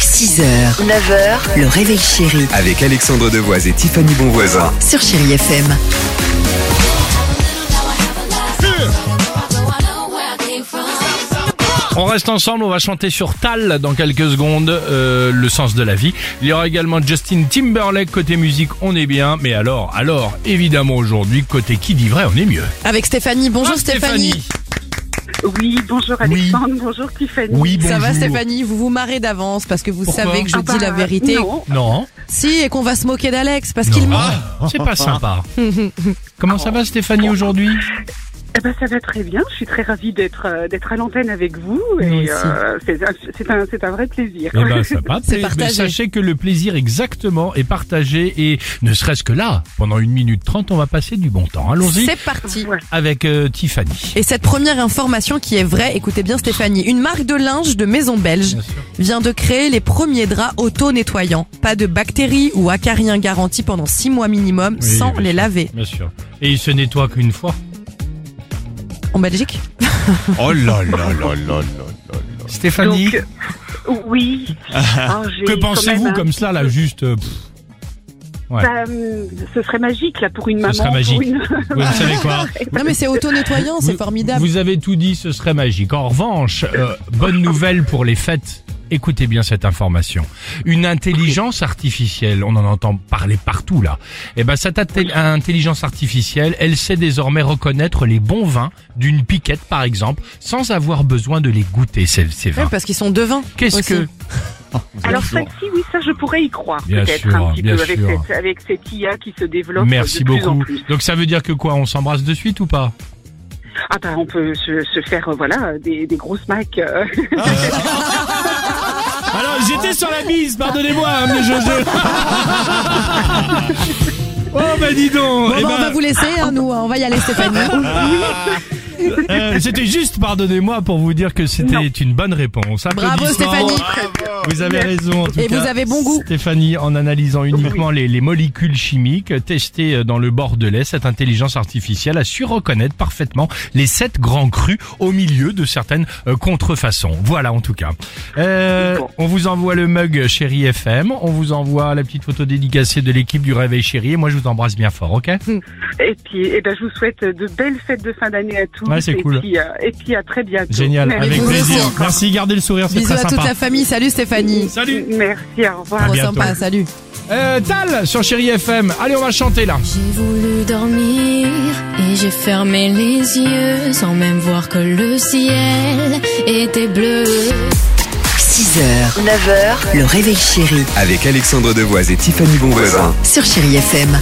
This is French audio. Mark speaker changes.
Speaker 1: 6h, 9h, le réveil chéri
Speaker 2: Avec Alexandre Devoise et Tiffany Bonvoisin.
Speaker 1: sur Chéri FM.
Speaker 3: On reste ensemble, on va chanter sur Tal dans quelques secondes, euh, le sens de la vie. Il y aura également Justin Timberlake côté musique, on est bien, mais alors, alors, évidemment aujourd'hui, côté qui dit vrai, on est mieux.
Speaker 4: Avec Stéphanie. Bonjour
Speaker 3: Ah,
Speaker 4: Stéphanie.
Speaker 5: Oui, bonjour Alexandre, bonjour Tiffany.
Speaker 3: Oui, bonjour.
Speaker 4: Ça va Stéphanie, vous vous marrez d'avance parce que vous
Speaker 3: Pourquoi
Speaker 4: savez que je
Speaker 5: Ah
Speaker 4: dis la
Speaker 5: bah,
Speaker 4: vérité.
Speaker 5: Non,
Speaker 3: Non,
Speaker 4: Si, et qu'on va se moquer d'Alex parce
Speaker 3: non.
Speaker 4: qu'il ment.
Speaker 3: Ah, c'est pas sympa. Comment ça va Stéphanie aujourd'hui
Speaker 5: eh ben, ça va très bien. Je suis très ravie d'être euh, d'être à l'antenne avec vous.
Speaker 4: Moi
Speaker 5: et
Speaker 4: aussi.
Speaker 5: euh, c'est un, c'est un, c'est un vrai plaisir.
Speaker 3: Eh ben, ça va.
Speaker 4: C'est
Speaker 3: mais-
Speaker 4: partagé.
Speaker 3: Mais sachez que le plaisir exactement est partagé et ne serait-ce que là, pendant une minute trente, on va passer du bon temps. Allons-y
Speaker 4: C'est parti.
Speaker 5: Voilà.
Speaker 3: avec euh, Tiffany.
Speaker 4: Et cette première information qui est vraie, écoutez bien Stéphanie, une marque de linge de maison belge vient de créer les premiers draps auto-nettoyants. Pas de bactéries ou acariens garantis pendant 6 mois minimum
Speaker 3: Oui,
Speaker 4: sans
Speaker 3: bien
Speaker 4: les
Speaker 3: sûr.
Speaker 4: laver.
Speaker 3: Bien sûr. Et il se nettoie qu'une fois.
Speaker 4: En Belgique
Speaker 2: Oh là là là là
Speaker 3: Stéphanie
Speaker 5: Donc, euh, oui. Alors, j'ai
Speaker 3: Que
Speaker 5: quand
Speaker 3: pensez-vous
Speaker 5: même hein. un-
Speaker 3: comme cela là juste euh, pff, ouais.
Speaker 5: Bah, hum, ce serait magique là pour une maman.
Speaker 3: serait magique.
Speaker 5: pour une-
Speaker 3: Vous savez quoi
Speaker 4: Non mais c'est auto-nettoyant, c'est
Speaker 3: Vous-
Speaker 4: formidable.
Speaker 3: Vous avez tout dit, ce serait magique. En revanche, euh, bonne nouvelle pour les fêtes. Écoutez bien cette information. Une intelligence artificielle, on en entend parler partout là. Eh ben cette atte- intelligence artificielle, elle sait désormais reconnaître les bons vins d'une piquette par exemple, sans avoir besoin de les goûter ces,
Speaker 4: Ouais,
Speaker 3: ces
Speaker 5: Eh ben,
Speaker 3: vins.
Speaker 4: parce qu'ils sont devins.
Speaker 3: Qu'est-ce
Speaker 4: aussi.
Speaker 3: que
Speaker 5: Alors celle-ci, oui, ça je pourrais y croire
Speaker 3: Bien
Speaker 5: peut-être
Speaker 3: sûr,
Speaker 5: un petit
Speaker 3: bien
Speaker 5: peu avec
Speaker 3: sûr.
Speaker 5: cette, avec cette IA qui se développe
Speaker 3: Merci
Speaker 5: hein, de plus en
Speaker 3: beaucoup.
Speaker 5: plus.
Speaker 3: Donc ça veut dire que quoi, on s'embrasse de suite ou pas
Speaker 5: Ah bah on peut se, se faire euh, voilà des, des grosses macs. euh,
Speaker 3: Alors, j'étais sur la bise, pardonnez-moi, hein, mais je. je- oh, bah dis donc
Speaker 4: Bon,
Speaker 3: eh
Speaker 4: bah,
Speaker 3: ben,
Speaker 4: on va vous laisser, hein, nous, hein. on va y aller Stéphanie.
Speaker 3: euh, C'était juste, pardonnez-moi, pour vous dire que
Speaker 5: Non.
Speaker 3: c'était une bonne réponse.
Speaker 4: Bravo
Speaker 3: Applaudissements.
Speaker 4: Stéphanie.
Speaker 3: Vous avez raison, en tout
Speaker 4: Et
Speaker 3: cas.
Speaker 4: vous avez bon goût.
Speaker 3: Stéphanie, en analysant uniquement les, les molécules chimiques testées euh, dans le Bordelais, cette intelligence artificielle a su reconnaître parfaitement les sept grands crus au milieu de certaines euh, contrefaçons. Voilà en tout cas. Euh, on vous envoie le mug euh, Chéri FM, on vous envoie la petite photo dédicacée de l'équipe du Réveil Chéri et moi je vous embrasse bien fort, ok
Speaker 5: Et puis, eh ben, je vous souhaite de belles fêtes de fin d'année à tous.
Speaker 3: Ouais, c'est
Speaker 5: et
Speaker 3: cool.
Speaker 5: Puis, euh, et puis à très bientôt.
Speaker 3: Génial,
Speaker 5: Merci.
Speaker 3: avec
Speaker 4: vous
Speaker 3: plaisir.
Speaker 4: aussi.
Speaker 3: Merci, gardez le sourire, c'est
Speaker 4: Bisous
Speaker 3: très
Speaker 4: à toute
Speaker 3: sympa.
Speaker 4: la famille. Salut Stéphanie.
Speaker 3: Salut
Speaker 5: Merci, au revoir.
Speaker 3: À
Speaker 4: Trop
Speaker 3: bientôt.
Speaker 4: sympa, salut.
Speaker 3: euh, Tal sur Chéri FM, allez on va chanter là.
Speaker 6: J'ai voulu dormir et j'ai fermé les yeux sans même voir que le ciel était bleu.
Speaker 1: 6h, 9h, le réveil chéri
Speaker 2: Avec Alexandre Devoise et Tiffany Bonvoisin.
Speaker 1: sur Chéri FM.